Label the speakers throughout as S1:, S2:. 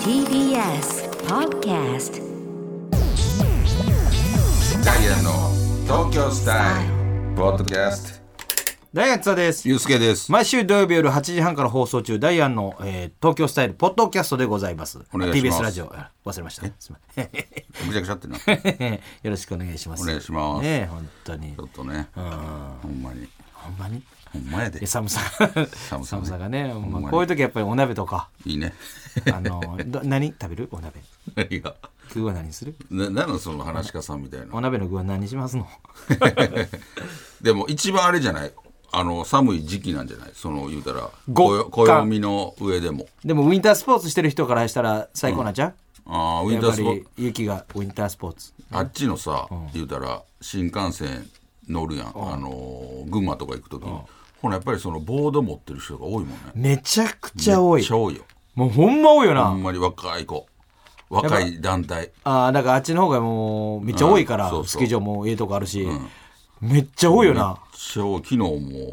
S1: TBS Podcast
S2: ダイアンの東京スタイルポッドキャス
S3: ダイアンツァです
S2: ト。ゆうすけです、
S3: 毎週土曜日夜8時半から放送中、ダイアンの、えー東京スタイルポッドキャストでございます。
S2: お願いします
S3: TBS ラジオ、あ忘れました。すいません
S2: ぐちゃぐちゃってなち
S3: よろしくお願いします。
S2: お願いします
S3: ねえ本当に。
S2: ょっとねほんまに
S3: ほんまに
S2: ほんまやで
S3: え寒さ、
S2: ね
S3: 寒さがね、
S2: んま
S3: ま
S2: に
S3: あ、こういう時やっぱりお鍋 とか、
S2: いいね
S3: あの、ど何食べるお鍋。
S2: 何が
S3: 具は何する
S2: ななんのその話し家さんみたいな
S3: お鍋の具は何にしますの
S2: でも一番あれじゃないあの寒い時期なんじゃないその言うたら
S3: 極寒
S2: こよ暦の上でも
S3: でもウィンタースポーツしてる人からしたら最高なんちゃう、
S2: ああウィ
S3: や
S2: ン
S3: っ
S2: ター
S3: ぱ
S2: スポー
S3: り
S2: ツ
S3: 雪がウィンタースポーツ。
S2: あっちのさ、言うたら新幹線乗るやん、あのー群馬とか行く時に、ほらやっぱりそのボード持ってる人が多いもんね
S3: めちゃくちゃ多
S2: め
S3: い
S2: っち。ゃ多いよ
S3: もうほんま多いよな。
S2: あんまり若い子若い団体
S3: ああだからあっちの方がもうめっちゃ多いから、
S2: うんそうそう
S3: スキー場もええとこあるし、めっちゃ多いよな、
S2: そう昨日もほ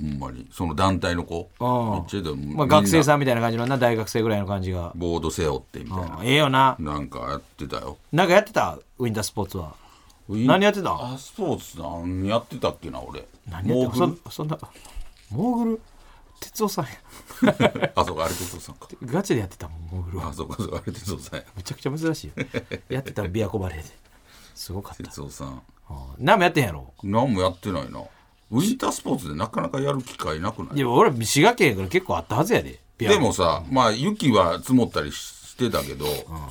S2: んまにその団体の子
S3: うん
S2: めっちゃいたよ
S3: ま
S2: み
S3: あ、
S2: ん
S3: 学生
S2: ん
S3: さんみたいな感じのな大学生ぐらいの感じが、
S2: ボード背負ってみたいな
S3: うんええよな
S2: なんかやってたよ
S3: なんかやってたウィンタースポーツは何やってた
S2: あスポーツ何やってたっけな俺
S3: 何やってた
S2: モーグ
S3: そそんなモーグル哲夫さんや
S2: ル あそうかあれ哲夫さんか
S3: ガチでやってたもんモーグルは
S2: あそうかそうかあれ哲夫さんや
S3: めちゃくちゃ珍しいよやってた琵琶湖バレーですごか った
S2: 哲夫さん
S3: うん何もやってんやろ
S2: 何もやってないなウィンタースポーツでなかなかやる機会なくない
S3: いや俺滋賀県やから結構あったはずやで琵琶湖
S2: でもさ、まあ雪は積もったりしてたけど、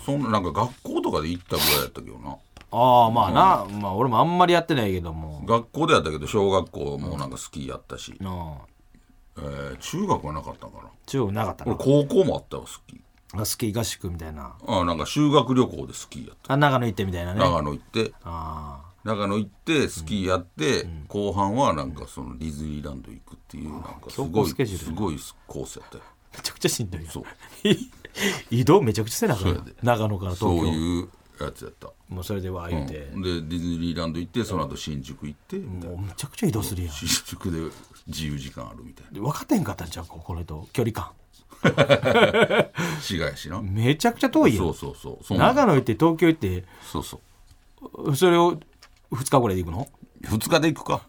S2: そんななんか学校とかで行ったぐらいやったけどな
S3: ああまあな、まあ俺もあんまりやってないけども、
S2: 学校でやったけど小学校もなんかスキーやったし、
S3: うん、
S2: えー中学はなかったんかな
S3: 中国なかったな
S2: 俺高校もあったわスキー
S3: あスキー合宿みたいな
S2: あーなんか修学旅行でスキーやった
S3: あ長野行ってみたいなね
S2: 長野行って
S3: ああ
S2: 長野行ってスキーやって、後半はなんかそのディズニーランド行くっていうなんかす
S3: 強
S2: ご
S3: 行
S2: い
S3: スケジュール
S2: すごいコースやったよ
S3: めちゃくちゃしんどいやん
S2: そう
S3: 移動めちゃくちゃせなあかんやん
S2: そうやで
S3: 長野から東
S2: そう
S3: 京
S2: いうやつやった、
S3: もうそれでわあ
S2: う
S3: 言
S2: ん
S3: う
S2: で
S3: て、
S2: ディズニーランド行ってその後新宿行ってみたいな
S3: もうめちゃくちゃ移動するやん
S2: 新宿で自由時間あるみたいな
S3: で分かってへんかったんちゃうかこれと距離感
S2: 市街やしな
S3: めちゃくちゃ遠いや
S2: そ
S3: ん
S2: うそうそうそうなの
S3: 長野行って東京行って
S2: そうそう
S3: それを2日ぐらいで行くの
S2: 2日で行くか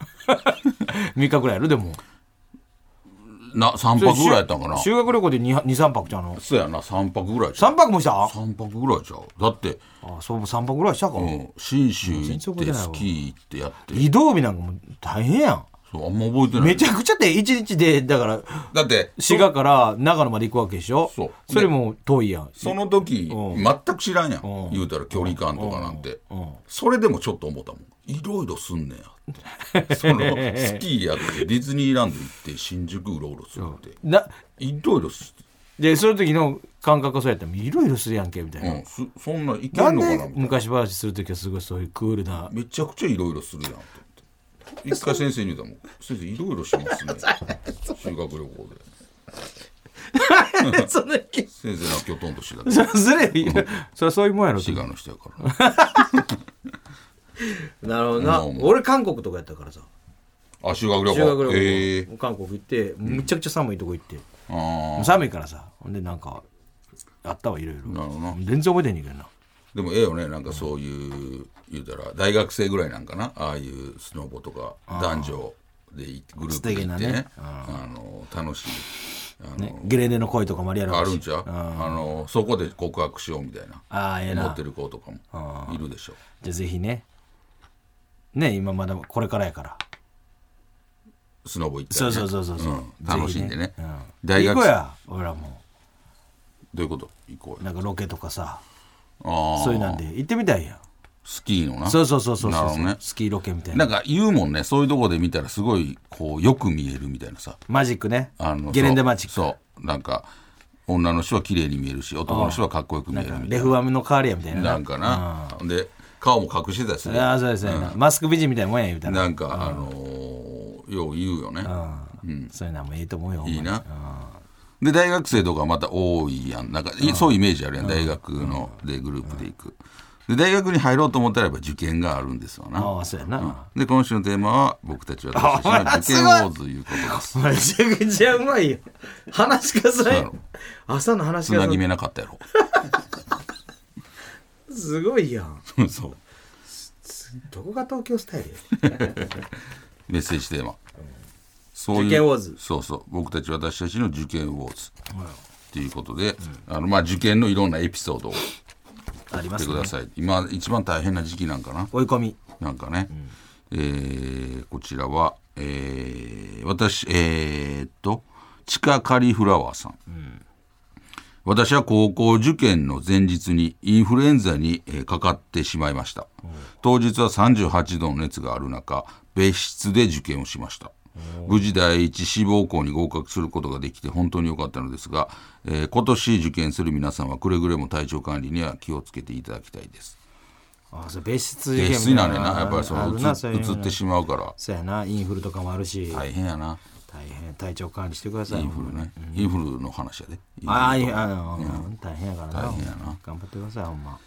S3: 3日ぐらいやるでも
S2: な3泊ぐらいやったんかな
S3: 修学旅行で23泊ちゃうの
S2: そうやな3泊ぐらいちゃう
S3: 3泊もしたあ
S2: 3泊ぐらいちゃうだって
S3: そう3泊ぐらいしたか、
S2: うん信州行
S3: 全然
S2: っ
S3: 覚えて
S2: て
S3: ないわ
S2: スキー行ってやって
S3: 移動日なんかもう大変やん
S2: そうあんま覚えてない
S3: めちゃくちゃって1日でだから
S2: だって
S3: 滋賀から長野まで行くわけでしょ
S2: そう
S3: それも遠いやん
S2: その時
S3: うん
S2: 全く知らんや
S3: うんん
S2: 言うたら距離感とかなんて
S3: うん
S2: それでもちょっと思ったもんいろいろすんねや そのスキーやってディズニーランド行って新宿うろうろするって
S3: ない
S2: ろいろす
S3: でその時の感覚はそうやったいろいろするやんけみたいうな、
S2: んそそんなんいけ
S3: なんん
S2: のかなみた
S3: で
S2: いな
S3: 昔話する時はすごいそういうクー ルな
S2: めちゃくちゃいろいろするやんと思って一回先生に言うたもん先生いろいろします ね修学旅行で
S3: それ
S2: 先生なきょとんとしてたけど
S3: それそれそういうもんやろ
S2: 滋賀の人やから
S3: なるほど
S2: うん
S3: 俺韓国とかやったからさ
S2: あ修学旅行
S3: 修学旅行、
S2: ええ
S3: 韓国行ってむちゃくちゃ寒いとこ行って、
S2: ああ
S3: 寒いからさほんでなんかあったわいろいろ
S2: なるほどな
S3: 全然覚えてんねんけどな
S2: でもええよねなんかそういう言うたら大学生ぐらいなんかなああいうスノボとか男女でいグループで行ってね
S3: 素敵なね
S2: あの楽しいあの、
S3: ねゲレンデの恋とかもありやろうし
S2: あるんちゃうあのそこで告白しようみたいな
S3: ああええ
S2: 思
S3: な
S2: ってる子とかもいるでしょ
S3: じゃあぜひねね今まだこれからやから
S2: スノボ行った
S3: そ
S2: ら
S3: う
S2: ね
S3: そうそうそうそう、
S2: ん楽しんでね
S3: ぜひうん、
S2: 大学
S3: 行こうや俺らも
S2: どういうこと行こうよ
S3: なんかロケとかさ
S2: ああ
S3: そういうなんで行ってみたいやん
S2: スキーのな
S3: そうそうそうそう
S2: な
S3: そ
S2: る
S3: う
S2: ほどね
S3: スキーロケみたいな
S2: なんか言うもんねそういうとこで見たらすごいこうよく見えるみたいなさ
S3: マジックね
S2: あの
S3: ゲレンデマジック
S2: そうそうなんか女の人は綺麗に見えるし男の人はかっこよく見えるみたいな
S3: レフアームの代わりやみたいな
S2: なんかな、で顔も隠してたりする
S3: ああそうですね、マスク美人みたいなもんや言うたら
S2: なんかあのーよう言うよね
S3: うんそういうのもええと思うよ
S2: いいなで大学生とかまた多いやんなんかいそういうイメージあるやん大学のでグループで行くで大学に入ろうと思ったらやっぱ受験があるんですよな
S3: ああそうやな、
S2: で今週のテーマは僕たちは私たちの受験をということです
S3: めちゃくちゃうまいよ話しかさ
S2: うや
S3: い
S2: ろ
S3: 朝の
S2: つ
S3: 話し
S2: な
S3: か
S2: ぎ
S3: さ
S2: 目なかったやろ
S3: すごいやん
S2: そう
S3: どこが東京スタイル や
S2: メッセージテーマそういう
S3: 受験ウォーズ
S2: そうそう僕たち私たちの受験ウォーズっていうことで、あのまあ受験のいろんなエピソードを
S3: あり
S2: 送っ
S3: ま
S2: て
S3: す
S2: く
S3: ね
S2: ださい、今一番大変な時期なんかな
S3: 追い込み
S2: なんかね、えーこちらは、えー私えーっと地下カリフラワーさん、私は高校受験の前日にインフルエンザに、えーかかってしまいました、当日は38度の熱がある中別室で受験をしました無事第一志望校に合格することができて本当に良かったのですが、えー今年受験する皆さんはくれぐれも体調管理には気をつけていただきたいです
S3: あそう別室事件
S2: え
S3: み
S2: 室
S3: たい
S2: になんねんなやっぱりそ
S3: あ
S2: の
S3: る
S2: う
S3: な
S2: つ
S3: そういうの
S2: うつってしまうから
S3: そうやなインフルとかもあるし、
S2: 大変やな
S3: 大変体調管理してください
S2: インフルねインフルの話やでインフル
S3: ああいやあの、大変やからな
S2: 大変やな
S3: 頑張ってくださいほんま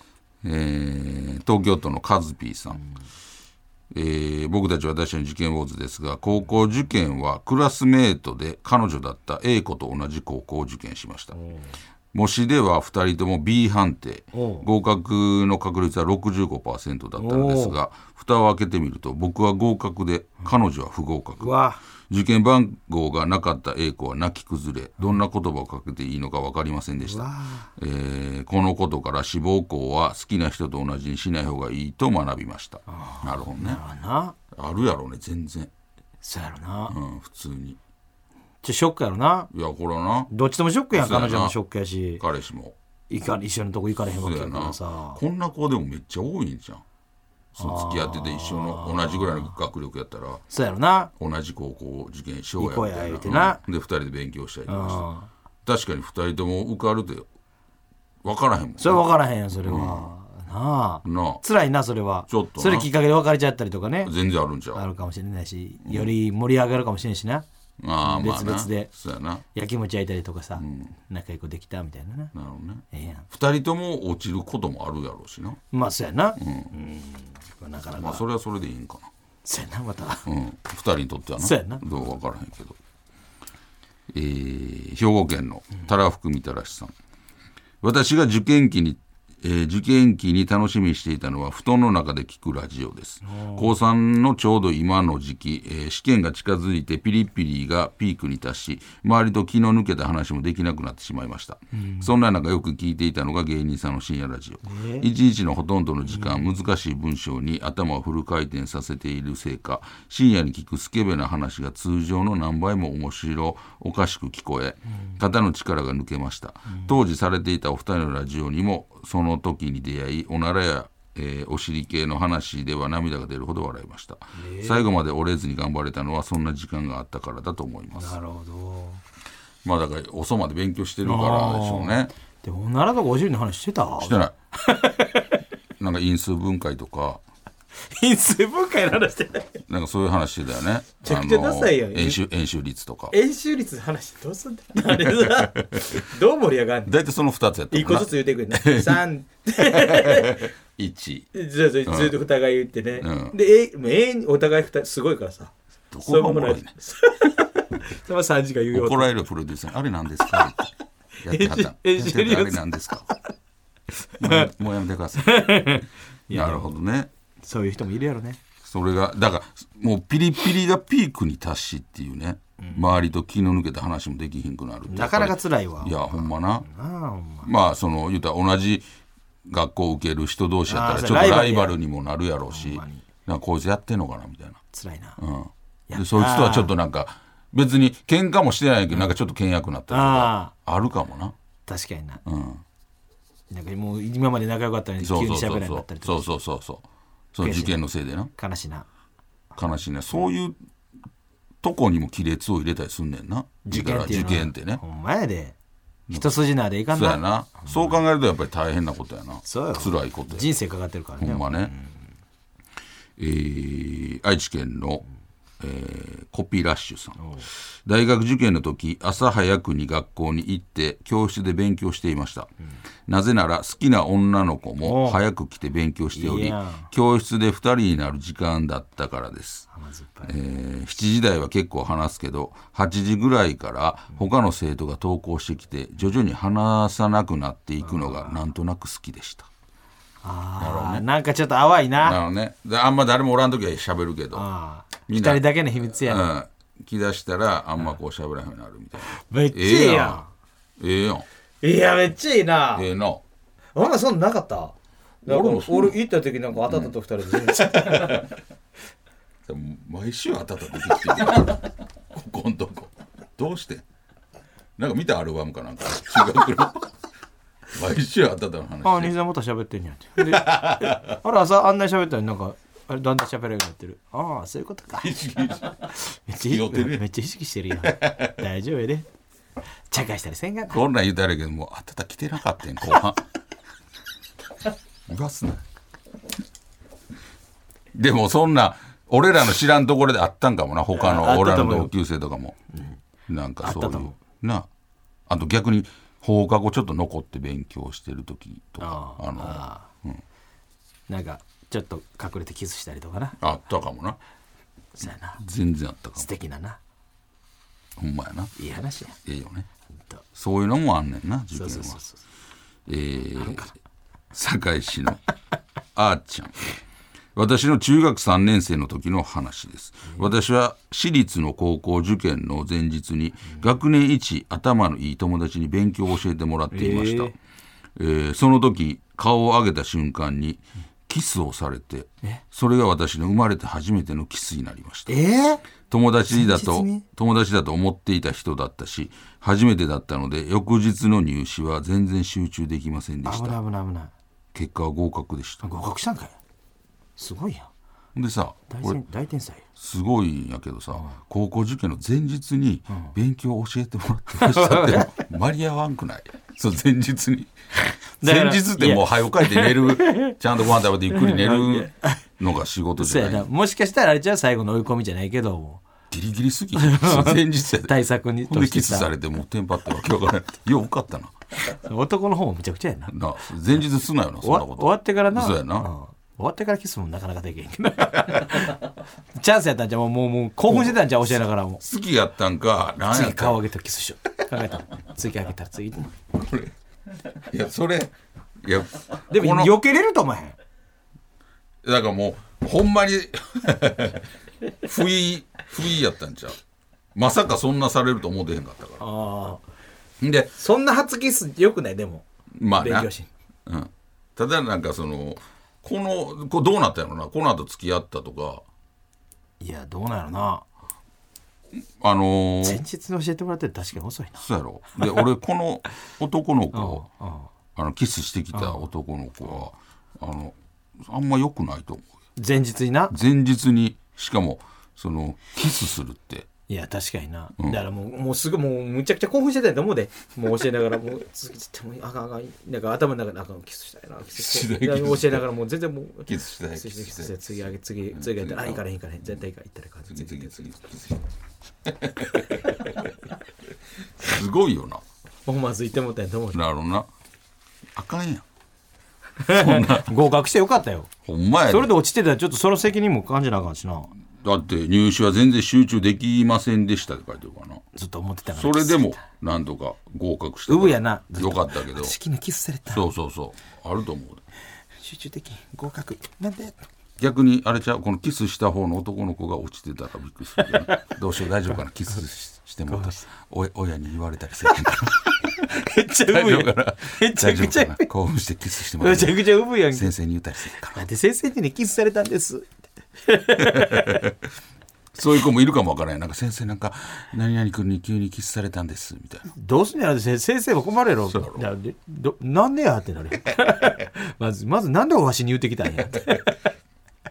S2: えー東京都のカズピーさん、えー僕たち私の受験ウォーズですが高校受験はクラスメートで彼女だった A 子と同じ高校を受験しました模試では2人とも B 判定
S3: おう
S2: 合格の確率は65%だったのですが蓋を開けてみると僕は合格で彼女は不合格
S3: うわ
S2: 受験番号がなかった A 子は泣き崩れどんな言葉をかけていいのか分かりませんでした、えーこのことから志望校は好きな人と同じにしない方がいいと学びましたなるほどね
S3: あな
S2: あるやろね全然、
S3: そうやろな、ちょ
S2: うん、普通に
S3: ちょショックやろない
S2: やこれはな
S3: どっちともショックやん
S2: そうや
S3: 彼
S2: な
S3: 女もショックやし
S2: 彼氏も
S3: いか一緒のとこ行かれへん
S2: そ
S3: わ
S2: う
S3: け
S2: や
S3: やから
S2: な
S3: さ
S2: こんな子でもめっちゃ多いんじゃんその付き合ってて一緒の同じぐらいの学力やったら
S3: そうやろな
S2: 同じ高校を受験しようや
S3: 行こうや
S2: みたい
S3: 言うてな
S2: うんで2人で勉強したりとかして
S3: うん
S2: 確かに2人とも受かるって分からへんもんね
S3: それは分からへんよそれは、なあ
S2: なあ
S3: 辛いなそれは
S2: ちょっとな
S3: それきっかけで別れちゃったりとかね
S2: 全然あるんちゃう
S3: あ
S2: あ
S3: るかもしれないしより盛り上がるかもしれんしな
S2: あまあな
S3: 別々で
S2: そうやな
S3: やきもち焼いたりとかさ、仲良くできたみたいなな
S2: なるほどね
S3: ええやん
S2: 2人とも落ちることもあるやろうしな
S3: まあそうやなうんなかな
S2: まあ
S3: か
S2: それはそれでいいんか
S3: そうやなまた
S2: なうん2人にとってはな
S3: そうやな
S2: どう分からへんけどえー兵庫県のたらふくみたらしさん私が受験期に、えー受験期に楽しみにしていたのは布団の中で聞くラジオです高3のちょうど今の時期、えー試験が近づいてピリピリがピークに達し周りと気の抜けた話もできなくなってしまいました、そんな中よく聞いていたのが芸人さんの深夜ラジオ一日のほとんどの時間難しい文章に頭をフル回転させているせいか深夜に聞くスケベな話が通常の何倍も面白おかしく聞こえ肩の力が抜けました、当時されていたお二人のラジオにもその時に出会いおならや、えーお尻系の話では涙が出るほど笑いました、最後まで折れずに頑張れたのはそんな時間があったからだと思います
S3: なるほど
S2: まあだから遅まで勉強してるからでしょうね
S3: でもおならとかお尻の話してた
S2: してない なんか因数分解とか
S3: 因数分解の話してない
S2: なんかそういう話してたよね。
S3: ちゃくちゃダサいやん
S2: あの演習演習率とか。
S3: 演習率の話どうすんだ あれさどう盛り上がんねん
S2: 大体その二つやったもんな。
S3: 一個ずつ言うてくれな3
S2: 一。
S3: ずっとずっとお互い言ってね、
S2: うん
S3: でえもう永遠にお互い二人すごいからさ
S2: どこがおもろいねん
S3: そのままラジオそのまま3時が言うよ
S2: 怒られるプロデューサーにあれなんですかって。やってはった。
S3: 演習演習率
S2: やってはったあれなんですか。もうや もうやめてください。なるほどね。
S3: そういう人もいるやろね
S2: それがだからもうピリピリがピークに達しっていうね。周りと気の抜けた話もできひんくなるって。
S3: なかなか辛いわ
S2: いやほんまな。
S3: ああほんま
S2: まあその言うたら同じ学校を受ける人同士やった
S3: あ
S2: ら
S3: ー
S2: ちょっ
S3: ライ
S2: と
S3: バ
S2: ラ
S3: ルや
S2: イバルにもなるやろうし
S3: に
S2: なんかこいつやってんのかなみたいな、
S3: 辛いな、
S2: うん、でそいつとはちょっとなんか別に喧嘩もしてないけどなんかちょっと倹約になったりと
S3: あ
S2: かあるかもな、
S3: 確かにな、
S2: うん、
S3: なんかもう今まで仲良かったのに急
S2: そう
S3: に
S2: そうそう
S3: 喋らなく
S2: そ
S3: な
S2: う
S3: ったりとか
S2: そうそうそうそうその事件のせいでな
S3: 悲しいな
S2: 悲しいねそういうとこにも亀裂を入れたりすんねんな
S3: 受験っていう
S2: だ
S3: のは
S2: から受験ってね
S3: ほんまやで一筋縄でいかん
S2: そう
S3: な
S2: やなそう考えるとやっぱり大変なことやな
S3: そうよ
S2: 辛いことや
S3: 人生かかってるからね
S2: ほんまね。えー愛知県の、ええーコピーラッシュさん大学受験の時朝早くに学校に行って教室で勉強していました、なぜなら好きな女の子も早く来て勉強してお
S3: いい
S2: り
S3: やん
S2: 教室で2人になる時間だったからです
S3: 甘酸っぱい
S2: えー7時台は結構話すけど8時ぐらいから他の生徒が登校してきて徐々に話さなくなっていくのがなんとなく好きでした
S3: あーなんかちょっと淡いな
S2: なのねであんま誰もおらん時は喋るけど、
S3: あー
S2: み
S3: 二
S2: んな
S3: 人だけの秘密やな
S2: うん、来だしたらあんまこう喋らへんようになるみたいな
S3: めっちゃええや
S2: ええやん
S3: んいやめっちゃいいな
S2: ええな
S3: あんなそんなんなかったなんか
S2: 俺もそう
S3: 俺行った時なんかあたたと二人で全然
S2: でも毎週あたた出てきてるから ここんとこどうしてなんか見たアルバムかなんか中 学の毎週あたたの話
S3: あ、
S2: して
S3: 西田また喋ってんやんって。でえあれ、朝あんなに喋ったのになんか、あれ、だんだん喋れるようになってる。ああ、そういうことか。めっちゃ
S2: 寄ってるやん
S3: めっちゃ意識してるやん。大丈夫やで。ちゃかしたりせんがな。
S2: こんなん言うたらやけどもうあたた来てなかったん後 半言わすなでもそんな俺らの知らんところであったんかもな他
S3: ああっ
S2: の
S3: た
S2: 俺ら
S3: と
S2: の
S3: 思
S2: 同
S3: う
S2: 級生とかも、なんかそう
S3: あっ
S2: い
S3: たと思
S2: うなあと逆に放課後ちょっと残って勉強してる時とか
S3: あ
S2: あのあ
S3: あなんか、ちょっと隠れてキスしたりとかな。
S2: ったかもな
S3: そうやな。
S2: 全然あったかも
S3: 素敵だな。
S2: ほんまやない
S3: い話や。
S2: ええよね
S3: ほんと
S2: そういうのもあんねんな受
S3: そう
S2: 験
S3: そうそ
S2: は
S3: うそう。
S2: えー、堺市のあーちゃん私の中学3年生の時の話です私は私立の高校受験の前日に学年一頭のいい友達に勉強を教えてもらっていました、
S3: えー
S2: えーその時顔を上げた瞬間にキスをされてそれが私の生まれて初めてのキスになりました
S3: えー、
S2: 友達だと
S3: 前日に
S2: 友達だと思っていた人だったし初めてだったので翌日の入試は全然集中できませんでし
S3: 危
S2: た
S3: ない危ない危ない。
S2: 結果は合格でした
S3: 合格したんかい。すごいやん。
S2: でさ
S3: 大
S2: これ
S3: 天大天才や。
S2: すごいんやけどさ高校受験の前日に勉強教えてもらってましたって 間に合わんくないそう前日に
S3: だから
S2: 前日ってもう早く帰って寝 るちゃんとご飯食べてゆっくり寝るのが仕事
S3: そ
S2: じ
S3: う
S2: ゃ
S3: や
S2: な
S3: な。
S2: い
S3: もしかしたらあれじゃう最後の追い込みじゃないけども。
S2: ギリギリすぎる前日 やで
S3: 対策に
S2: ほん
S3: と
S2: で
S3: して
S2: キスされてもうテンパってわけわからないよう受かったな
S3: 男の方もむちゃくちゃやな
S2: な前日すなよなそ
S3: 終
S2: んな
S3: わ
S2: こと
S3: 終わってからな
S2: そうやな
S3: ん終わってからキスもなかなかできへんけど チャンスやったんじゃうもうもうもう興奮してたんじゃう教えながらも
S2: 好きやったんかなんや
S3: 次
S2: った
S3: 顔上
S2: ん
S3: げたらキスしよう考えた次上げたら次
S2: いやそれいや
S3: でも
S2: この
S3: 避けれると思えへん
S2: だからもうほんまに 不意不意やったんちゃうまさかそんなされると思ってへんかったか
S3: あ
S2: らで
S3: そんな初キスよくないでも
S2: まあな
S3: 勉強し
S2: うん、ただなんかそのこのこうどうなったんやろなこの後付き合ったとか
S3: いやどうなるな
S2: あのー
S3: 前日に教えてもらって確かに遅いな
S2: そうやろで俺この男の子
S3: うん うん
S2: あのキスしてきた男の子はあのあんま良くないと思う
S3: 前日にな
S2: 前日にしかもそのキスするって
S3: いや確かにな、だからもうもうすぐもうむちゃくちゃ興奮してたんやと思うでもう教えながらもう次絶対もうあかんあかんなんか頭の中であかんキスしたいなキスしたいな
S2: しないキス
S3: 教えながらもう全然もう
S2: キスしたい
S3: キス
S2: キスし
S3: したた
S2: い
S3: い次あげ次次あ
S2: 次
S3: げてあ行かれへん行かれへん絶対行かれへん行ったらいかん
S2: 次
S3: 絶対
S2: 々次々次々すごいよな
S3: 思わず言ってもうたんやと思うで
S2: なるほどなあかんやん
S3: 合格してよかったよ
S2: ほんまやで
S3: それで落ちてたらちょっとその責任も感じなあかんしな
S2: だって入試は全然集中できませんでしたって書いてるからな
S3: ずっと思ってたから
S2: それでもなんとか合格して
S3: うぶやな
S2: よかったけど
S3: 私昨日キスされた
S2: そうそうそうあると思うで
S3: 集中的合格な んで
S2: 逆にあれちゃうこのキスした方の男の子が落ちてたらびっくりするけどなどうしよう大丈夫かなキスししてもらったらお親に言われたりせえへんかな
S3: めっちゃう
S2: 大
S3: ぶ
S2: 丈
S3: やん
S2: 夫かな
S3: めちゃくちゃ
S2: 大丈夫かな興奮してキスしてもら
S3: め
S2: っ
S3: ち
S2: た
S3: ゃ
S2: ら
S3: くちゃうぶやんけ
S2: 先生に言ったりせえへんかな
S3: だって先生にねキスされたんです
S2: そういう子もいるかもわからないなんか先生なんか何々君に急にキスされたんですみたいな
S3: どうすんやろ先先生は困るやろ
S2: そうやろ
S3: なんでどなんでやってなる まずまずなんでおわしに言うてきたんや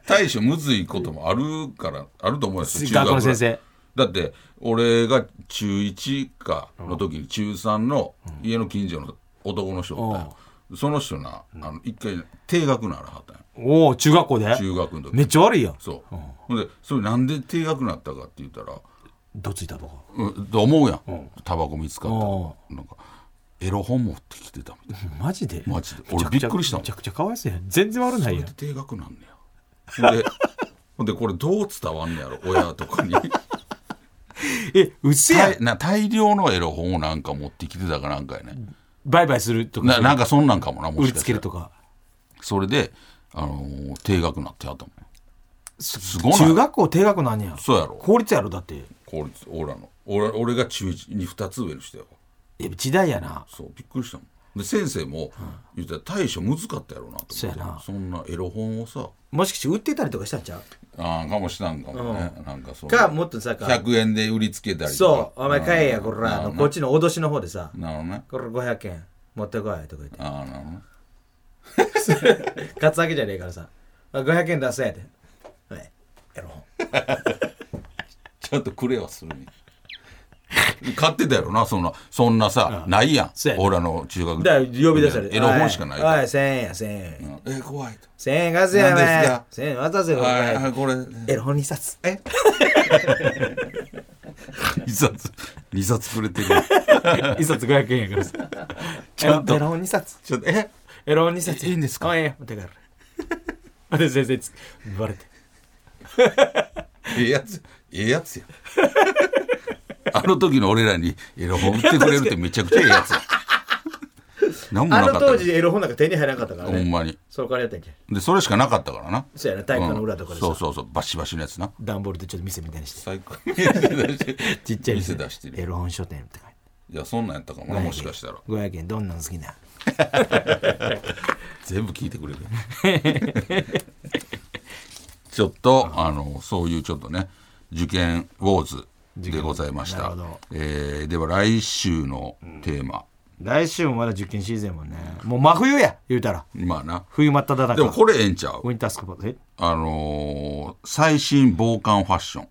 S2: 対処むずいこともあるからあると思うんですよ
S3: 学校の
S2: 中ぐらい
S3: 先生
S2: だって俺が中1かの時に中3の家の近所の男の人おったんよその人なあの一回定額ならはったんよ
S4: おお中学校で
S2: 中学の時
S4: めっちゃ悪いやん
S2: そうほんでそれなんで低額になったかって言ったら
S4: どついたとか
S2: うんと思うやんタバコ見つかったと
S4: う
S2: かなんかエロ本持ってきてたみたいな
S4: マジで
S2: マジで
S4: めち
S2: 俺
S4: ゃく
S2: び
S4: ちゃ
S2: っくりしたもん
S4: めちゃくちゃかわいそうやん全然悪な
S2: そ
S4: い
S2: れ
S4: や
S2: で
S4: ん
S2: 定額なんねやほんで ほんでこれどう伝わんねやろ親と かに
S4: えうせやん
S2: 大な大量のエロ本をなんか持ってきてたかなんかやね
S4: 売買すると
S2: な
S4: か
S2: なんかそんなんかもなも
S4: 売
S2: し
S4: り
S2: か
S4: つ
S2: した
S4: ける
S2: ら
S4: とか
S2: それで、あのー定額なってやったもんすご
S4: 中
S2: いな
S4: 学校低学なんや
S2: そうやろ
S4: 公立やろだって
S2: 公立俺らの俺俺が中1に2つ上の人やわ
S4: え時代やな
S2: そうびっくりしたもんで先生も言ったら大将難かったやろうなと
S4: そう
S2: 思
S4: や
S2: って
S4: な
S2: そんなエロ本をさ
S3: もしかして売ってたりとかしたんちゃう
S2: ああかもしたんかもね、なんかそう
S3: かもっとさか
S2: 100円で売りつけたりとか
S3: そうお前買えやこらあのこっちの脅しの方でさ
S2: なるほどね
S3: これ500円持ってこいとか言って
S2: ああなるほどね
S3: カツアゲじゃねえからさ500円出せってはいエロ本
S2: ちょっとくれはするに 買ってたやろなそんなそんなさ、ないやん
S3: そうやね
S2: 俺らの中学
S3: だから呼び出され
S2: エロ本しかないから、
S3: おい1000円や1000円
S2: うんえ怖いと
S3: 1000円貸せやお
S2: 何です
S3: 前
S2: か
S3: 1000円渡せよお
S2: はいは
S3: 前
S2: いこれ
S3: エロ本2冊 え
S2: 2冊2冊くれてる
S4: 一冊500円やからさ
S2: ちょっ
S3: エ
S2: と
S3: ロ本2冊
S2: ちょっとえ
S3: エロ本2冊
S2: いいんですか
S3: おい持 って帰るで先生つバレて
S2: ええやつええやつやあの時の俺らにエロ本売ってくれるってめちゃくちゃええやつ や何も
S3: あ
S2: なか
S3: の
S2: った
S3: 当
S2: よ
S3: 時エロ本なんか手に入らなかったから
S2: ほん
S3: ね
S2: まに
S3: それからやったんけ
S2: でそれしかなかったからな
S3: そうやな体育館の裏とかでさ
S2: うんそうそうそうバシバシのやつな
S3: 段ボールでちょっと店みたいにして
S2: 最高 い
S3: ちっちゃい
S2: 店出してる
S3: エロ本書店って書いて
S2: やそんなんやったかもなもしかしたら
S3: 500円どんなん好きな
S2: 全部聞いてくれる ちょっとあのそういうちょっとね受験ウォーズでございまし
S3: なる
S2: た
S3: ほど、
S2: えーでは来週のテーマ、
S3: 来週もまだ受験シーズンやもんねもう真冬や言うたら
S2: まあな
S3: 冬真っ只中
S2: でもこれええんちゃう
S3: ウィンタースクープえ
S2: あのー最新防寒ファッション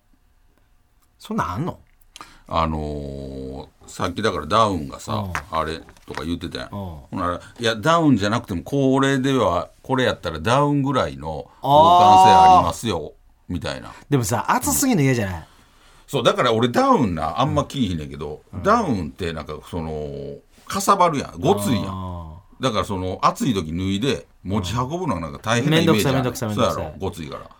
S3: そんなんあんの
S2: あのーさっきだからダウンがさ、あれとか言ってたやん、ほんならいやダウンじゃなくてもこれではこれやったらダウンぐらいの防寒性ありますよみたいな
S3: でもさ暑すぎるの嫌じゃない
S2: そうだから俺ダウンなあんま着いひんねんけど、ダウンってなんかそのかさばるやんごついやんだからその暑い時脱いで持ち運ぶのがなんか大変なイメージや
S3: めんどくさいめんどくさい
S2: そうや
S3: めんどくさい
S2: ろごついから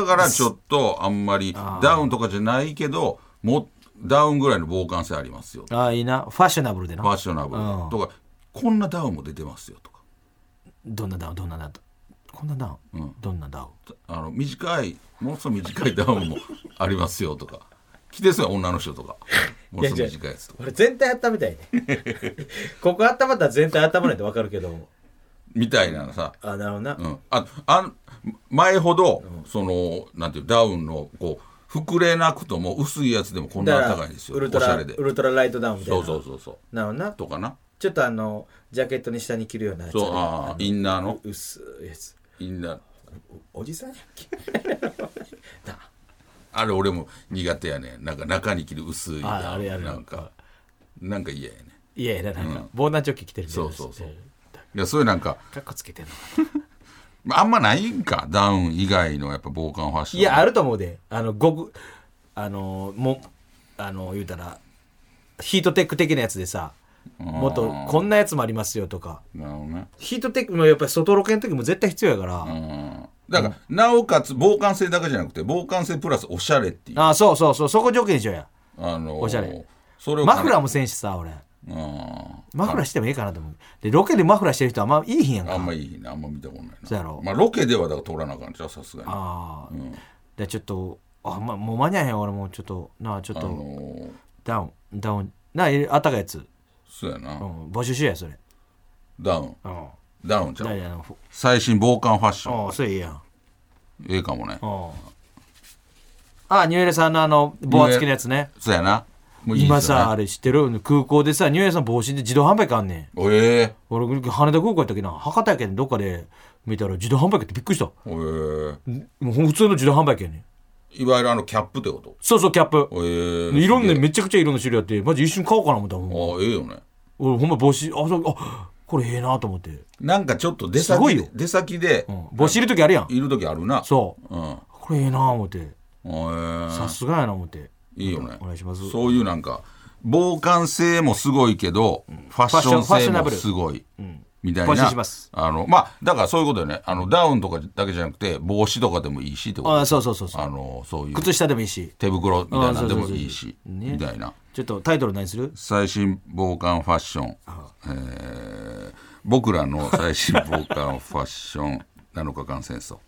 S2: だからちょっとあんまりダウンとかじゃないけどもダウンぐらいの防寒性ありますよフ
S3: ああいいなファッショナブルでな
S2: ァッショナブル
S3: うん
S2: とかこんなダウンも出てますよとか
S3: どんなダウンどんなダウンこんなダウン、どんなダウン
S2: あの短いものすごい短いダウンも ありますよとか着てそうやん女の人とかものすごい短いやつとか
S3: 俺全体温めたいね ここ温まったら全体温まないと分かるけど
S2: みたいなさ
S3: あなるほどな、
S2: うん、ああん前ほど、そのなんていうダウンのこう膨れなくとも薄いやつでもこんな
S3: だ
S2: 暖
S3: か
S2: からいんですよ
S3: ウルト
S2: おしゃ
S3: ラ
S2: れで
S3: ウルトラライトダウンみたい
S2: そ
S3: な
S2: うそうそうそう
S3: なるほどな
S2: とかな
S3: ちょっとあのジャケットに下に着るようなやつ
S2: そうああインナーの
S3: 薄いやつ
S2: インナー
S3: おじさんやっけな
S2: あれ俺も苦手やねなんか中に着る薄い
S3: ああれやる
S2: なんかなんか嫌やね
S3: いやいやなんか、防弾チョッキ着てるみたい
S2: そう
S3: なやつ
S2: そうそう
S3: え
S2: いやそういうなんか
S3: ーかっこつけてんの
S2: あんまないんかダウン以外のやっぱ防寒ファッション
S3: いやあると思うであのごくあのもあの言うたらヒートテック的なやつでさもっとこんなやつもありますよとか
S2: なるほどね
S3: ヒートテックもやっぱり外ロケの時も絶対必要やから、
S2: うんだから、なおかつ防寒性だけじゃなくて防寒性プラスおしゃれっていう
S3: ああそうそうそうそこ条件にしようや
S2: あのー
S3: おしゃれ
S2: それを
S3: マフラーもせんしさ俺
S2: うん
S3: マフラーしてもいいかなと思うでロケでマフラーしてる人はあんまいいひんやんか
S2: あんまいいねあんま見たことないな
S3: そうやろ
S2: まあロケではだから撮らなあかんじゃうさすがにあ
S3: ああ、でちょっとあまもう間に合えへん俺もうちょっとなあちょっと
S2: のー
S3: ダウンダウンなああったかいやつ、
S2: そうやな、
S3: うん、募集しようやそれ
S2: ダウン
S3: うん
S2: ダウンちゃ
S3: だ
S2: う
S3: いあのふ
S2: 最新防寒ファッション
S3: ああそれいいやん
S2: ええかもね
S3: ああニューエレさんのあのボア付きのやつね
S2: そうやなもういいっすよ
S3: 今
S2: ね
S3: さあれ知ってる空港でさニューエレさん帽子で自動販売機あんねん
S2: おええ
S3: 俺羽田空港やったっけな博多やけんどっかで見たら自動販売機ってびっくりした
S2: おえ
S3: もう普通の自動販売機やねん
S2: えいわゆるあのキャップってこと
S3: そうそうキャップ
S2: おええ
S3: いろんな
S2: すげえ
S3: めちゃくちゃいろんな種類あってマジ一瞬買おうかな思ったもん
S2: あええよね
S3: 俺ほんま帽子あそうあこれええなと思って、
S2: なんかちょっと出
S3: すご
S2: 先
S3: い
S2: で
S3: よ
S2: 出先で
S3: うん、帽子いる時あるやん
S2: いる時あるな
S3: そう
S2: うんへ
S3: これええな思って
S2: ー
S3: さすがやな思って
S2: いいよね
S3: お願いします
S2: そういうなんか傍観性もすごいけどファッション
S3: ファッシ
S2: 性
S3: ョナ
S2: も
S3: ブル
S2: すごいみたい
S3: ファッショ
S2: な
S3: ンします
S2: あのまあだからそういうことよねあのダウンとかだけじゃなくて帽子とかでもいいしってこと
S3: あそうそうそうそう
S2: あのそういう
S3: 靴下でもいいし
S2: 手袋みたいな
S3: あそ
S2: の
S3: う
S2: で
S3: そうそう
S2: もいいし
S3: ね
S2: みたいな
S3: ちょっとタイトル何する
S2: 最新防寒ファッション、えー僕らの最新防寒ファッション7日間戦争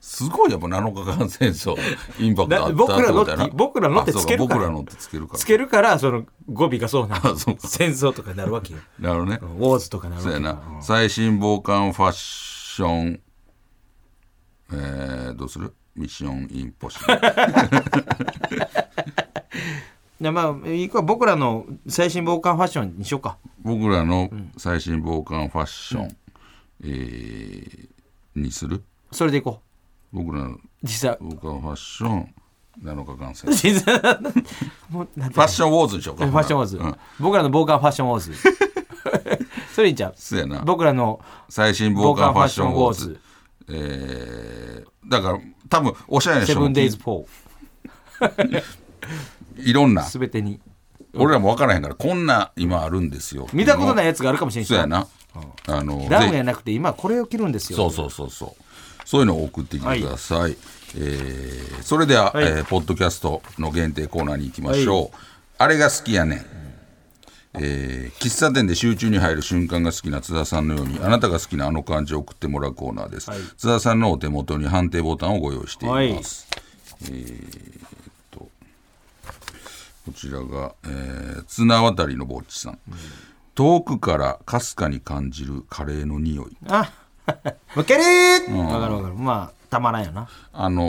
S2: すごいやっぱ7日間戦争インパクトあったってことやな
S3: だ僕らのって
S2: あそう
S3: 僕らのってつける
S2: 僕らのってつける
S3: から
S2: から
S3: つけるからその語尾がそうな
S2: あそうか
S3: 戦争とかになるわけよ
S2: なるほどね、
S3: ウォーズとかなる
S2: そう
S3: わ
S2: や
S3: けよ
S2: な、最新防寒ファッションえー、どうするミッションインポッシ ブル
S3: でまあいいか僕らの最新防寒ファッションにしようか
S2: 僕らの最新防寒ファッション、えーにする
S3: それでいこ
S2: 僕らの
S3: う実際
S2: 僕はファッション7日間戦フ
S3: 実際もうなんて
S2: ァッションウォーズにしよう
S3: フ
S2: か
S3: ァッションウォーズ、
S2: うん
S3: 僕らの防寒ファッションウ ォーズそれいいんちゃう
S2: そうやな
S3: 僕らの
S2: 最新防寒ファッションウォー
S3: 防
S2: ズえー、だから多分おしゃれな
S3: セ
S2: 人
S3: ブ
S2: も
S3: ンデイズ4
S2: いろんな
S3: すべてに
S2: 俺らも分からへんからこんな今あるんですよ
S3: 見たことないや
S2: つ
S3: つがあるかもしれない
S2: そうやなあの
S3: ダウンや
S2: ぜ
S3: なくて今これを着るんです
S2: ひ
S3: よ
S2: そうそうそうそうそういうのを送ってきてください、えーそれでは、
S3: はい
S2: えーポッドキャストの限定コーナーに行きましょう、あれが好きやねんえー喫茶店で集中に入る瞬間が好きな津田さんのようにあなたが好きなあの漢字を送ってもらうコーナーです、津田さんのお手元に判定ボタンをご用意しています、えーっとこちらが、えー綱渡りのぼっちさん、遠くからかすかに感じるカレーの匂い
S3: あわかるーわ、かるわかるまあたまらんよな
S2: あの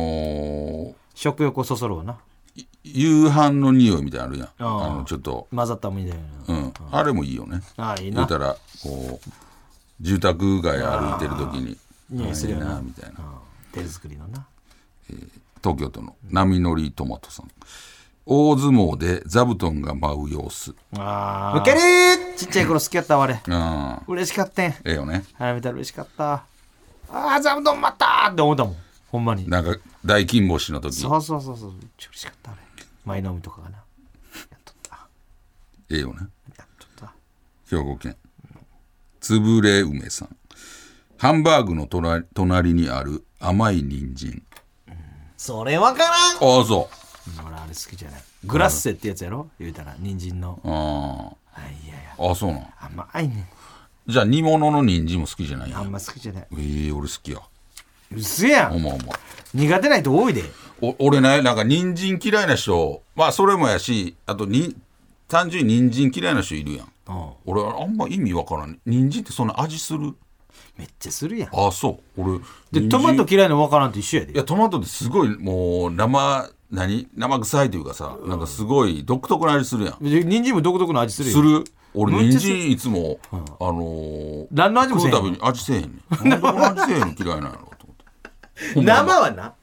S2: ー
S3: 食欲をそそるわない
S2: 夕飯の匂いみたいなのあるやん
S3: あ
S2: あ
S3: ー
S2: のちょっと、
S3: 混ざったみたいな、
S2: うん、あれもいいよね
S3: ああいい
S2: 言
S3: な
S2: うたらこう住宅街歩いてる時に
S3: 匂いするよ
S2: あいいな
S3: な
S2: みたいな
S3: 手作りのな
S2: 東京都の波乗りトマトさん大相撲で座布団が舞う様子
S3: あウケるーちっちゃい頃好きやったわあれ
S2: うん
S3: 嬉しかったん
S2: ええよね
S3: 早めたら嬉しかったあー座布団待ったーって思ったもんほんまに
S2: なんか大金星の時
S3: そうそうそうそうめっちゃ嬉しかったあれ前のみとかがなやっとった
S2: ええよね
S3: やっとった
S2: 兵庫県つぶれ梅さんハンバーグの隣隣にある甘い人参
S3: それわからん
S2: ああそ
S3: 俺あれ好きじゃないグラッセってやつやろ言うたら人参の
S2: うあ
S3: あいやいや
S2: ああそうなん
S3: 甘いね
S2: じゃあ煮物の人参も好きじゃない
S3: あ
S2: や
S3: んま好きじゃない
S2: ええ俺好きや
S3: うせや
S2: お
S3: ん
S2: まおま
S3: 苦手な人多いで
S2: お俺ねなんか人参嫌いな人まあそれもやしあとに単純に人参嫌いな人いるやん
S3: うん
S2: 俺あんま意味わからん人参ってそんな味する
S3: めっちゃするやん
S2: ああそう俺
S3: で
S2: 人
S3: トマ
S2: 参
S3: ト嫌いのわからんと一緒や
S2: いや
S3: で
S2: トマトってすごいもう生何生臭いというかさなんかすごい独特な味するやん
S3: で人参も独特の味する
S2: す
S3: よ
S2: る俺
S3: め
S2: 人
S3: っちゃする
S2: 参いつもあのー
S3: 何の味もせえへん
S2: 食うたびに味せえへんね んなんでこの味せえへんの嫌いなんやろと思って
S3: 生はな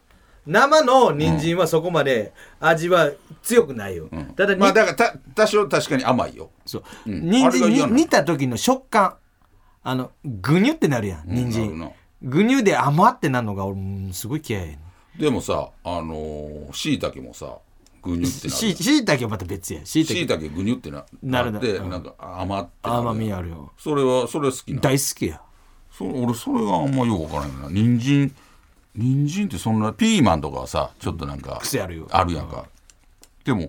S3: 生の人参はそこまで味は強くないよ、ただに、
S2: まあだからた多少確かに甘いよ
S3: そう
S2: うんあ
S3: 人
S2: れが
S3: 参
S2: 嫌な
S3: に
S2: の
S3: 煮た時の食感あのグニュってなるやん人参、
S2: なる
S3: グニュで甘ってなるのが俺うんすごい嫌いやねん
S2: でもさあのしいたけもさぐにゅってなる
S3: ししいたけはまた別やしいた
S2: しい
S3: け
S2: たけぐにゅってな
S3: なるな
S2: って
S3: うん
S2: なんか甘ってなる
S3: 甘みあるよ
S2: それはそれは好きな
S3: 大好きや
S2: そ俺それがあんまよくわからないな人参人参ってそんなピーマンとかはさちょっとなんか
S3: 癖あるよ
S2: あるやんか、でも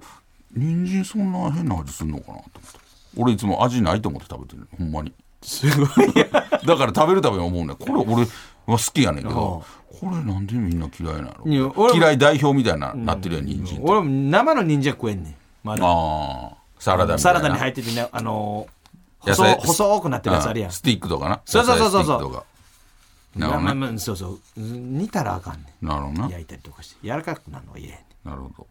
S2: 人参そんな変な味するのかなと思って俺いつも味ないと思って食べてるほんまに
S3: すごいや
S2: だから食べるたびに思うねこれ俺は好きやねんけどこれなんでみんな嫌いなの
S3: いや俺も
S2: 嫌い代表みたいな、なってるやん人参って
S3: 俺も生の人参は食えんねんまだ
S2: ああサラダみたいな
S3: サラダに入っててねあのー
S2: 野
S3: 細
S2: 菜
S3: 細くなってるやつあるや
S2: うんスティックとかな
S3: そうそうそうそう
S2: 野菜スティックとかなるほ
S3: まあ
S2: どね
S3: まあそうそううん煮たらあかんね
S2: なるほどなん
S3: 焼いたりとかして柔らかくなるのが嫌やねん
S2: なるほど、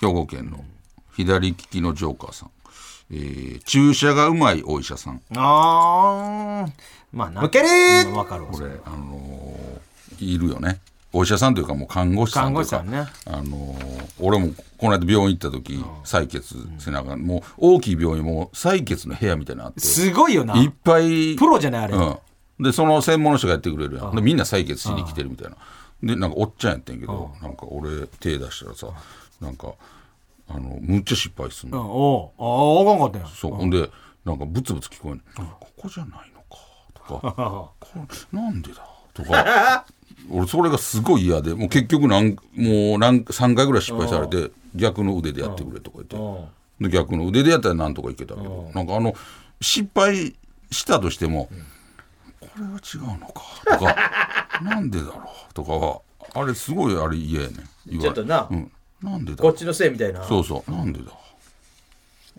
S2: 兵庫県の左利きのジョーカーさん、えー注射がうまいお医者さん
S3: あーまあなわかるわかるわ
S2: これあのーいるよねお医者さんというかもう看護師さんというか
S4: 看護師
S2: あのー俺もこの間病院行った時採血背中もう大きい病院も採血の部屋みたいなのあって
S3: すごいよない
S2: っぱい
S3: プロじゃないあれ
S2: うん、でその専門の人がやってくれるやんでみんな採血しに来てるみたいなでなんかおっちゃんやってんけどなんか俺手出したらさなんかあのむっちゃ失敗すんの、
S3: うんおうああ分かんかったよ
S2: そう、ほんでなんかブツブツ聞こえる、ここじゃないのかと かこれなんでだとか 俺それがすごい嫌でもう結局なんもうなん3回ぐらい失敗されて逆の腕でやってくれとか言ってで逆の腕でやったらなんとかいけたけどなんかあの失敗したとしても、これは違うのかとか なんでだろうとかはあれすごいあれ嫌やねん言われ
S3: ちょっとな
S2: うん、なんでだ
S3: こっちのせいみたいな
S2: そうそうなんでだあ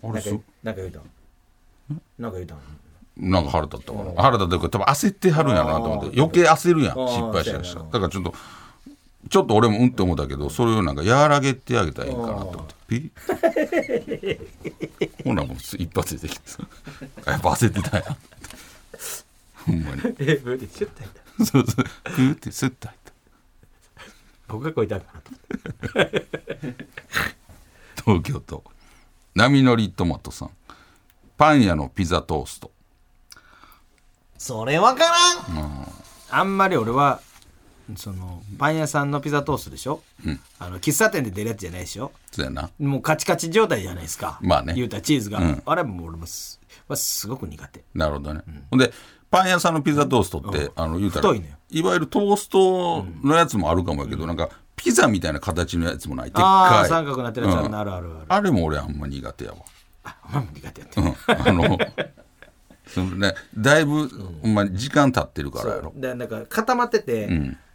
S2: れ
S3: なんか
S2: す
S3: なんか言うたんなんか言うたん
S2: なんか腹立ったから腹立ったというか多分焦ってはるんやろなと思って余計焦るやん
S3: ー
S2: 失敗したりした
S3: そう
S2: ら
S3: や
S2: だか
S3: な
S2: らちょっとちょっと俺もうんって思ったけどそれをなんか和らげてあげたらいいかなと思 ってピリッほんならもう一発出てきてさやっぱ焦ってたんやほんまに
S3: え無理ちょっとやった
S2: そうそうグーってスッと入っ
S3: 僕がこいたんかなと
S2: た東京都波乗りトマトさんパン屋のピザトースト
S3: それ分からんあんまり俺はそのパン屋さんのピザトーストでしょ、あの喫茶店で出るやつじゃないでしょ
S2: そうやな
S3: もうカチカチ状態じゃないですか
S2: まあね
S3: 言うたらチーズが、
S2: うん
S3: あれも俺もすはすごく苦手
S2: なるほどね。ほんで、パン屋さんのピザトーストって、あの、言うたら、
S3: 太いね
S2: わゆるトーストのやつもあるかもやけど、なんか、ピザみたいな形のやつもない。でっ
S3: あ
S2: か
S3: あ
S2: い。
S3: 三角になってるやつある
S2: うん
S3: なあるあるある
S2: あれも俺あんま苦手やわ。
S3: あお前も苦手やって
S2: う
S3: る、
S2: ん。あの、 そのね、だいぶ、お前、時間経ってるからや
S3: そう
S2: ろ。
S3: でなんか固まってて、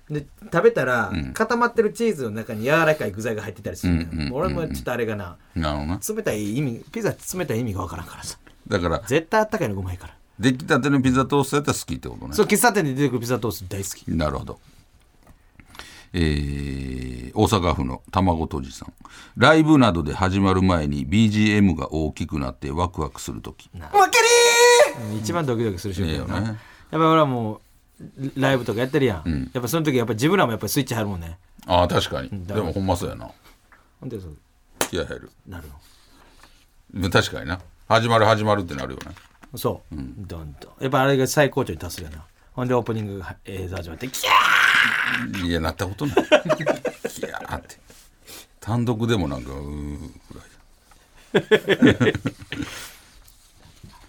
S3: で食べたら、固まってるチーズの中に柔らかい具材が入ってたりするのよ、
S2: うんうんうんうん
S3: 俺もちょっとあれがな
S2: なるほどな。
S3: 冷たい意味ピザ冷たい意味が分からんからさ
S2: だから、
S3: 絶対あったかいのうまいから
S2: 出来たてのピザトーストやったら好きってことね。
S3: そう喫茶店で出てくるピザトースト大好き
S2: なるほど。えー大阪府の卵とじさんライブなどで始まる前に BGM が大きくなってワクワクする時
S3: わかりー一番ドキドキする瞬間やな、
S2: いいよ
S3: や
S2: ね
S3: っぱ俺はもうライブとかやってるやん、やっぱその時やっぱ自分らもやっぱスイッチ入るもんね
S2: ああ確かに
S3: だ
S2: でもほんまそうやな
S3: ほんでそう
S2: 気合入る
S3: なる
S2: でも確かにな始まる始まるってなるよね
S3: のそう、どんどんやっぱあれが最高潮に達するやなほんでオープニングが映像始まってキャー
S2: いやなったこと ないいやーって単独でもなんかうーぐらい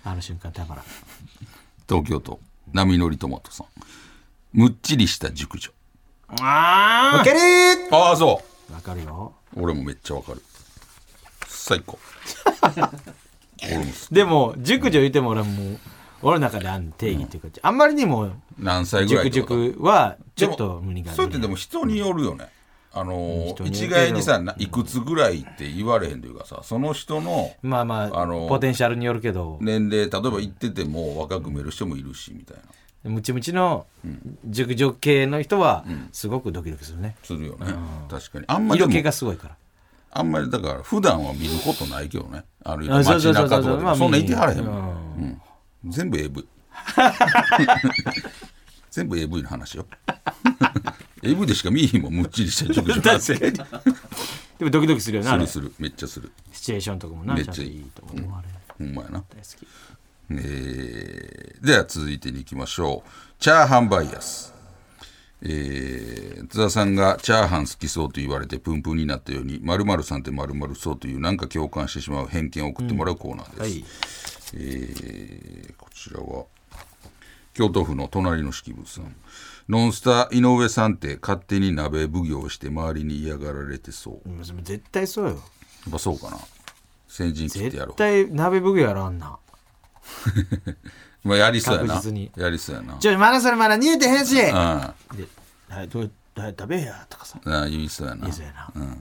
S3: あの瞬間たまらん
S2: 東京都波乗りトマトさんむっちりした熟女
S3: あわかりー
S2: ああそ
S3: わかるよ
S2: う俺もめっちゃわかる最 高俺もす
S3: でも熟女言っても俺はもう俺の中であん定義っていうか、あんまりにも
S2: 何歳ぐらい
S3: 熟
S2: ってこと
S3: 熟は
S2: で
S3: ちょ
S2: も
S3: っと無理があ
S2: そうやって
S3: る
S2: でも人によるよね、あのー
S3: 人によるけど
S2: 一概にさないくつぐらいって言われへんというかさその人の
S3: まあまあ、
S2: あのー
S3: ポテンシャルによるけど、
S2: 年齢例えば行ってても若く見える人もいるしみたいな
S3: ムチムチの熟女系の人はすごくドキドキするね、
S2: するよね確かにあんまり
S3: 色気
S2: でも
S3: がすごいから
S2: あんまりだから普段は見ることないけどね歩いて
S3: あ
S2: 街
S3: そうそうそう
S2: 中とかで
S3: まあ
S2: もそんな行きはれへんも、
S3: うん
S2: うん全部 AV 全部 AV の話よ AV でしか見えへんもんむっちりした熟女する
S3: でもドキドキするよ なあれシ
S2: するめっちゃする
S3: チュエーションとかもな
S2: めっち
S3: ちゃ
S2: ゃ
S3: んと
S2: いい
S3: いいと思うあれ
S2: ほんまやな
S3: 大好き
S2: えーでは続いてに行きましょうチャーハンバイアス、えー津田さんがチャーハン好きそうと言われてプンプンになったように〇〇さんって〇〇そうというなんか共感してしまう偏見を送ってもらうコーナーです、
S3: はい
S2: えーこちらは京都府の隣の式部さんノンスター井上さんって勝手に鍋奉行して周りに嫌がられてそうや
S3: でも絶対そうよ
S2: っぱそうかな先陣切ってやろ
S3: 絶
S2: う
S3: 対鍋奉行やろあんな
S2: まあ、やりそうやな
S3: 確実に
S2: やりそうやな
S3: ちょまだそれまだ煮えてへんしで
S2: うん
S3: はいどうはい食べやとかさ
S2: ああ言いそうやな
S3: そうやな、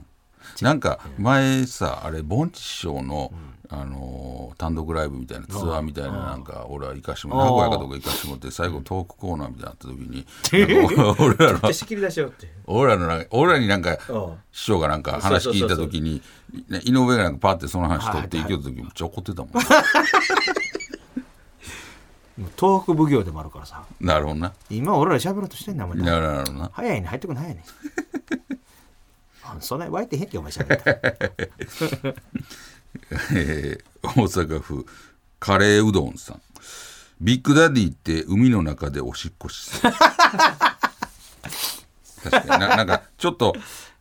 S2: なんか前さあれボンチ師匠の、あのー単独ライブみたいなツアーみたいななんか俺は行かしても名古屋かどこか行かしてもらって最後トークコーナーみたいなの あった時になんか俺らの
S3: 仕切り出しようって
S2: 俺らのなんか俺らになんか
S3: うん
S2: 師匠がなんか話聞いた時にね井上がなんかパッてその話取って
S3: はいいは
S2: きよ
S3: い
S2: った時めっちゃ怒ってたもん
S3: もう東北奉行でもあるからさ
S2: なるほどな。
S3: 今俺ら喋ろうとしてんだもんね
S2: なるほどな。
S3: 早いね入ってこないやねあそんなに湧いてへんってお前しゃべった
S2: えー大阪府カレーうどんさんビッグダディって海の中でおしっこしそう 確かにななんかちょっと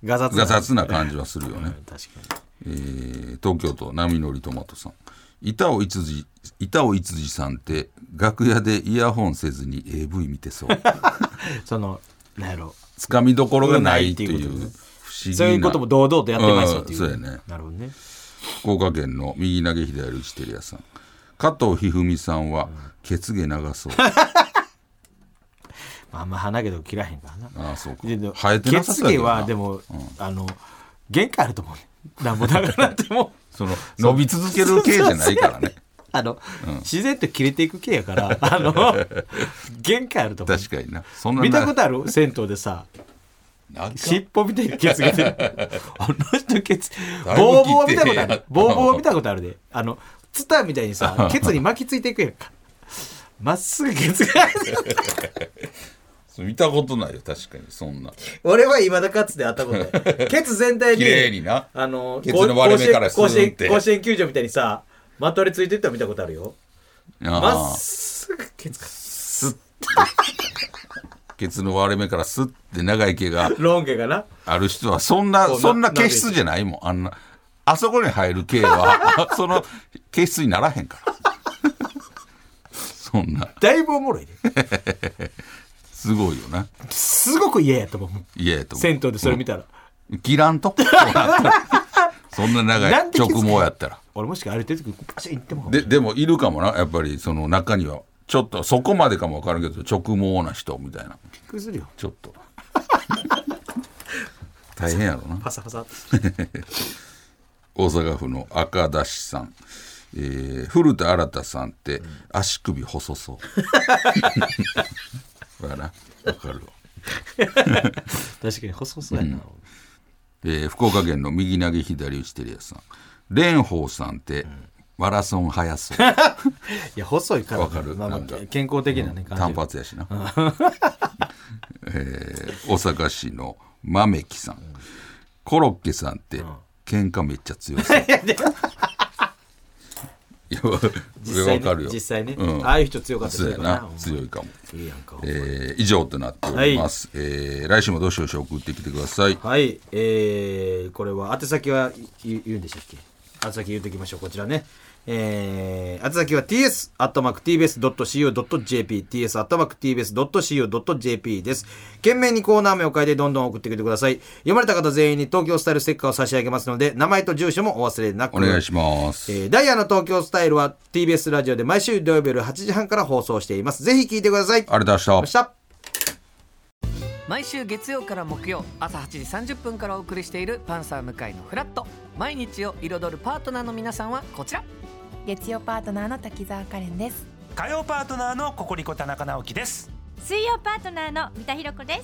S3: ガサツ
S2: が雑な感じはするよね、
S3: 確か
S2: えー東京都波乗りトマトさん板尾逸司板尾逸司さんって楽屋でイヤホンせずに AV 見てそう
S3: にそのなんやろ
S2: つかみどころがないっていう
S3: ないっていうことね
S2: 不思議な
S3: そういうことも堂々とやってますよっていう
S2: うんそうやね
S3: なるほどね
S2: 福岡県の右投げ左打ちテリアさん加藤一二三さんは血毛長 そう
S3: まああんま鼻毛とか切らへんからな
S2: ああそうか
S3: ででも
S2: 生えてなさそう
S3: 血
S2: やけ
S3: 毛
S2: どな
S3: はでも、あの限界あると思うねなんぼだからっても
S2: その 伸び続ける系じゃないからね
S3: あの、自然と切れていく系 やからあの限界あると思う
S2: 確かになそんな
S3: 見たこと
S2: あ
S3: ある銭湯でさ
S2: る
S3: 尻尾みたいにケツが 出てあの人ケツ
S2: だいぶ
S3: ボーボー見た
S2: 切って
S3: こと
S2: や
S3: あるボーボー見たことあるであのツタみたい にさケツに巻きついていくやんかまっすぐケツが出てる
S2: 見たことないよ確かにそんな
S3: 俺は今だかつて会ったこと ないケツ全体
S2: 綺
S3: に
S2: 麗にな
S3: あの
S2: ケツの割れ目からスーン
S3: 甲子園
S2: って
S3: 甲子園球場みたいにさまとわりついてったの見たことあるよま
S2: あ
S3: っ
S2: あ
S3: すぐケツが
S2: スッてケツの割れ目からスッて長い毛が
S3: ロン毛がな
S2: ある人はそんな
S3: こうな
S2: そんな毛質じゃないもんあんなあそこに入る毛は その毛質にならへんから そんな
S3: だいぶおもろいね
S2: すごいよな
S3: すごく嫌やと思う
S2: いやと思う
S3: 銭湯でそれ見たら
S2: 切らん とそうなったらそんな長い
S3: なんで気づ
S2: 直
S3: かへん
S2: 毛やったら
S3: 俺もしか歩いてる時パシッ行っても
S2: ででもいるかもなやっぱりその中にはちょっとそこまでかも分からんけど直毛な人みたいな
S3: びっくりするよ
S2: ちょっ と大変やろな
S3: パサパサって
S2: 大阪府の赤だしさん、えー古田新太さんって足首細そう わからんわかるわ
S3: 確かに細そうやな、
S2: えー福岡県の右投げ左打ちテリアさん蓮舫さんって、マラソン速そう
S3: いや細いから
S2: わかる
S3: まあまあ
S2: なんか
S3: 健康的なね、感じ
S2: 単発やしな、 えー大阪市の豆木さん、コロッケさんって、喧嘩めっちゃ強 そういやわ
S3: 実
S2: わ
S3: 際
S2: かる
S3: ね
S2: よ
S3: 実際ね、
S2: うん
S3: ああいう人強かった
S2: そうや
S3: かな
S2: な強いかも、
S3: いいやんか、
S2: えー以上となっております、えー来週もどしどし送ってきてください
S3: はいえー、これは宛先は言う言うんでしたっけ宛先言うときましょうこちらねえー、宛先は ts.tbs.co.jp ts.tbs.co.jp です懸命にコーナー名を変えてどんどん送ってきてください読まれた方全員に東京スタイルステッカーを差し上げますので名前と住所もお忘れなく
S2: お願いします、
S3: えーダイヤの東京スタイルは TBS ラジオで毎週土曜日夜8時半から放送しています。ぜひ聞いてください。
S2: ありがとうございました
S3: 明日
S5: 毎週月曜から木曜朝8時30分からお送りしている「パンサー向井のフラット」毎日を彩るパートナーの皆さんはこちら
S6: 月曜パートナーの滝沢カレンです
S7: 火曜パートナーのココリコ田中直樹です
S8: 水曜パートナーの三田寛子で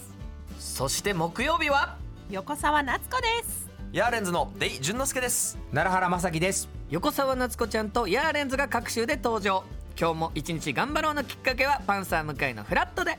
S8: す
S5: そして木曜日は
S6: 横澤夏子です
S9: ヤーレンズのデイ淳之介です
S7: 奈良原まさきです
S5: 横澤夏子ちゃんとヤーレンズが各週で登場今日も一日頑張ろうのきっかけは「パンサー向井のフラット」で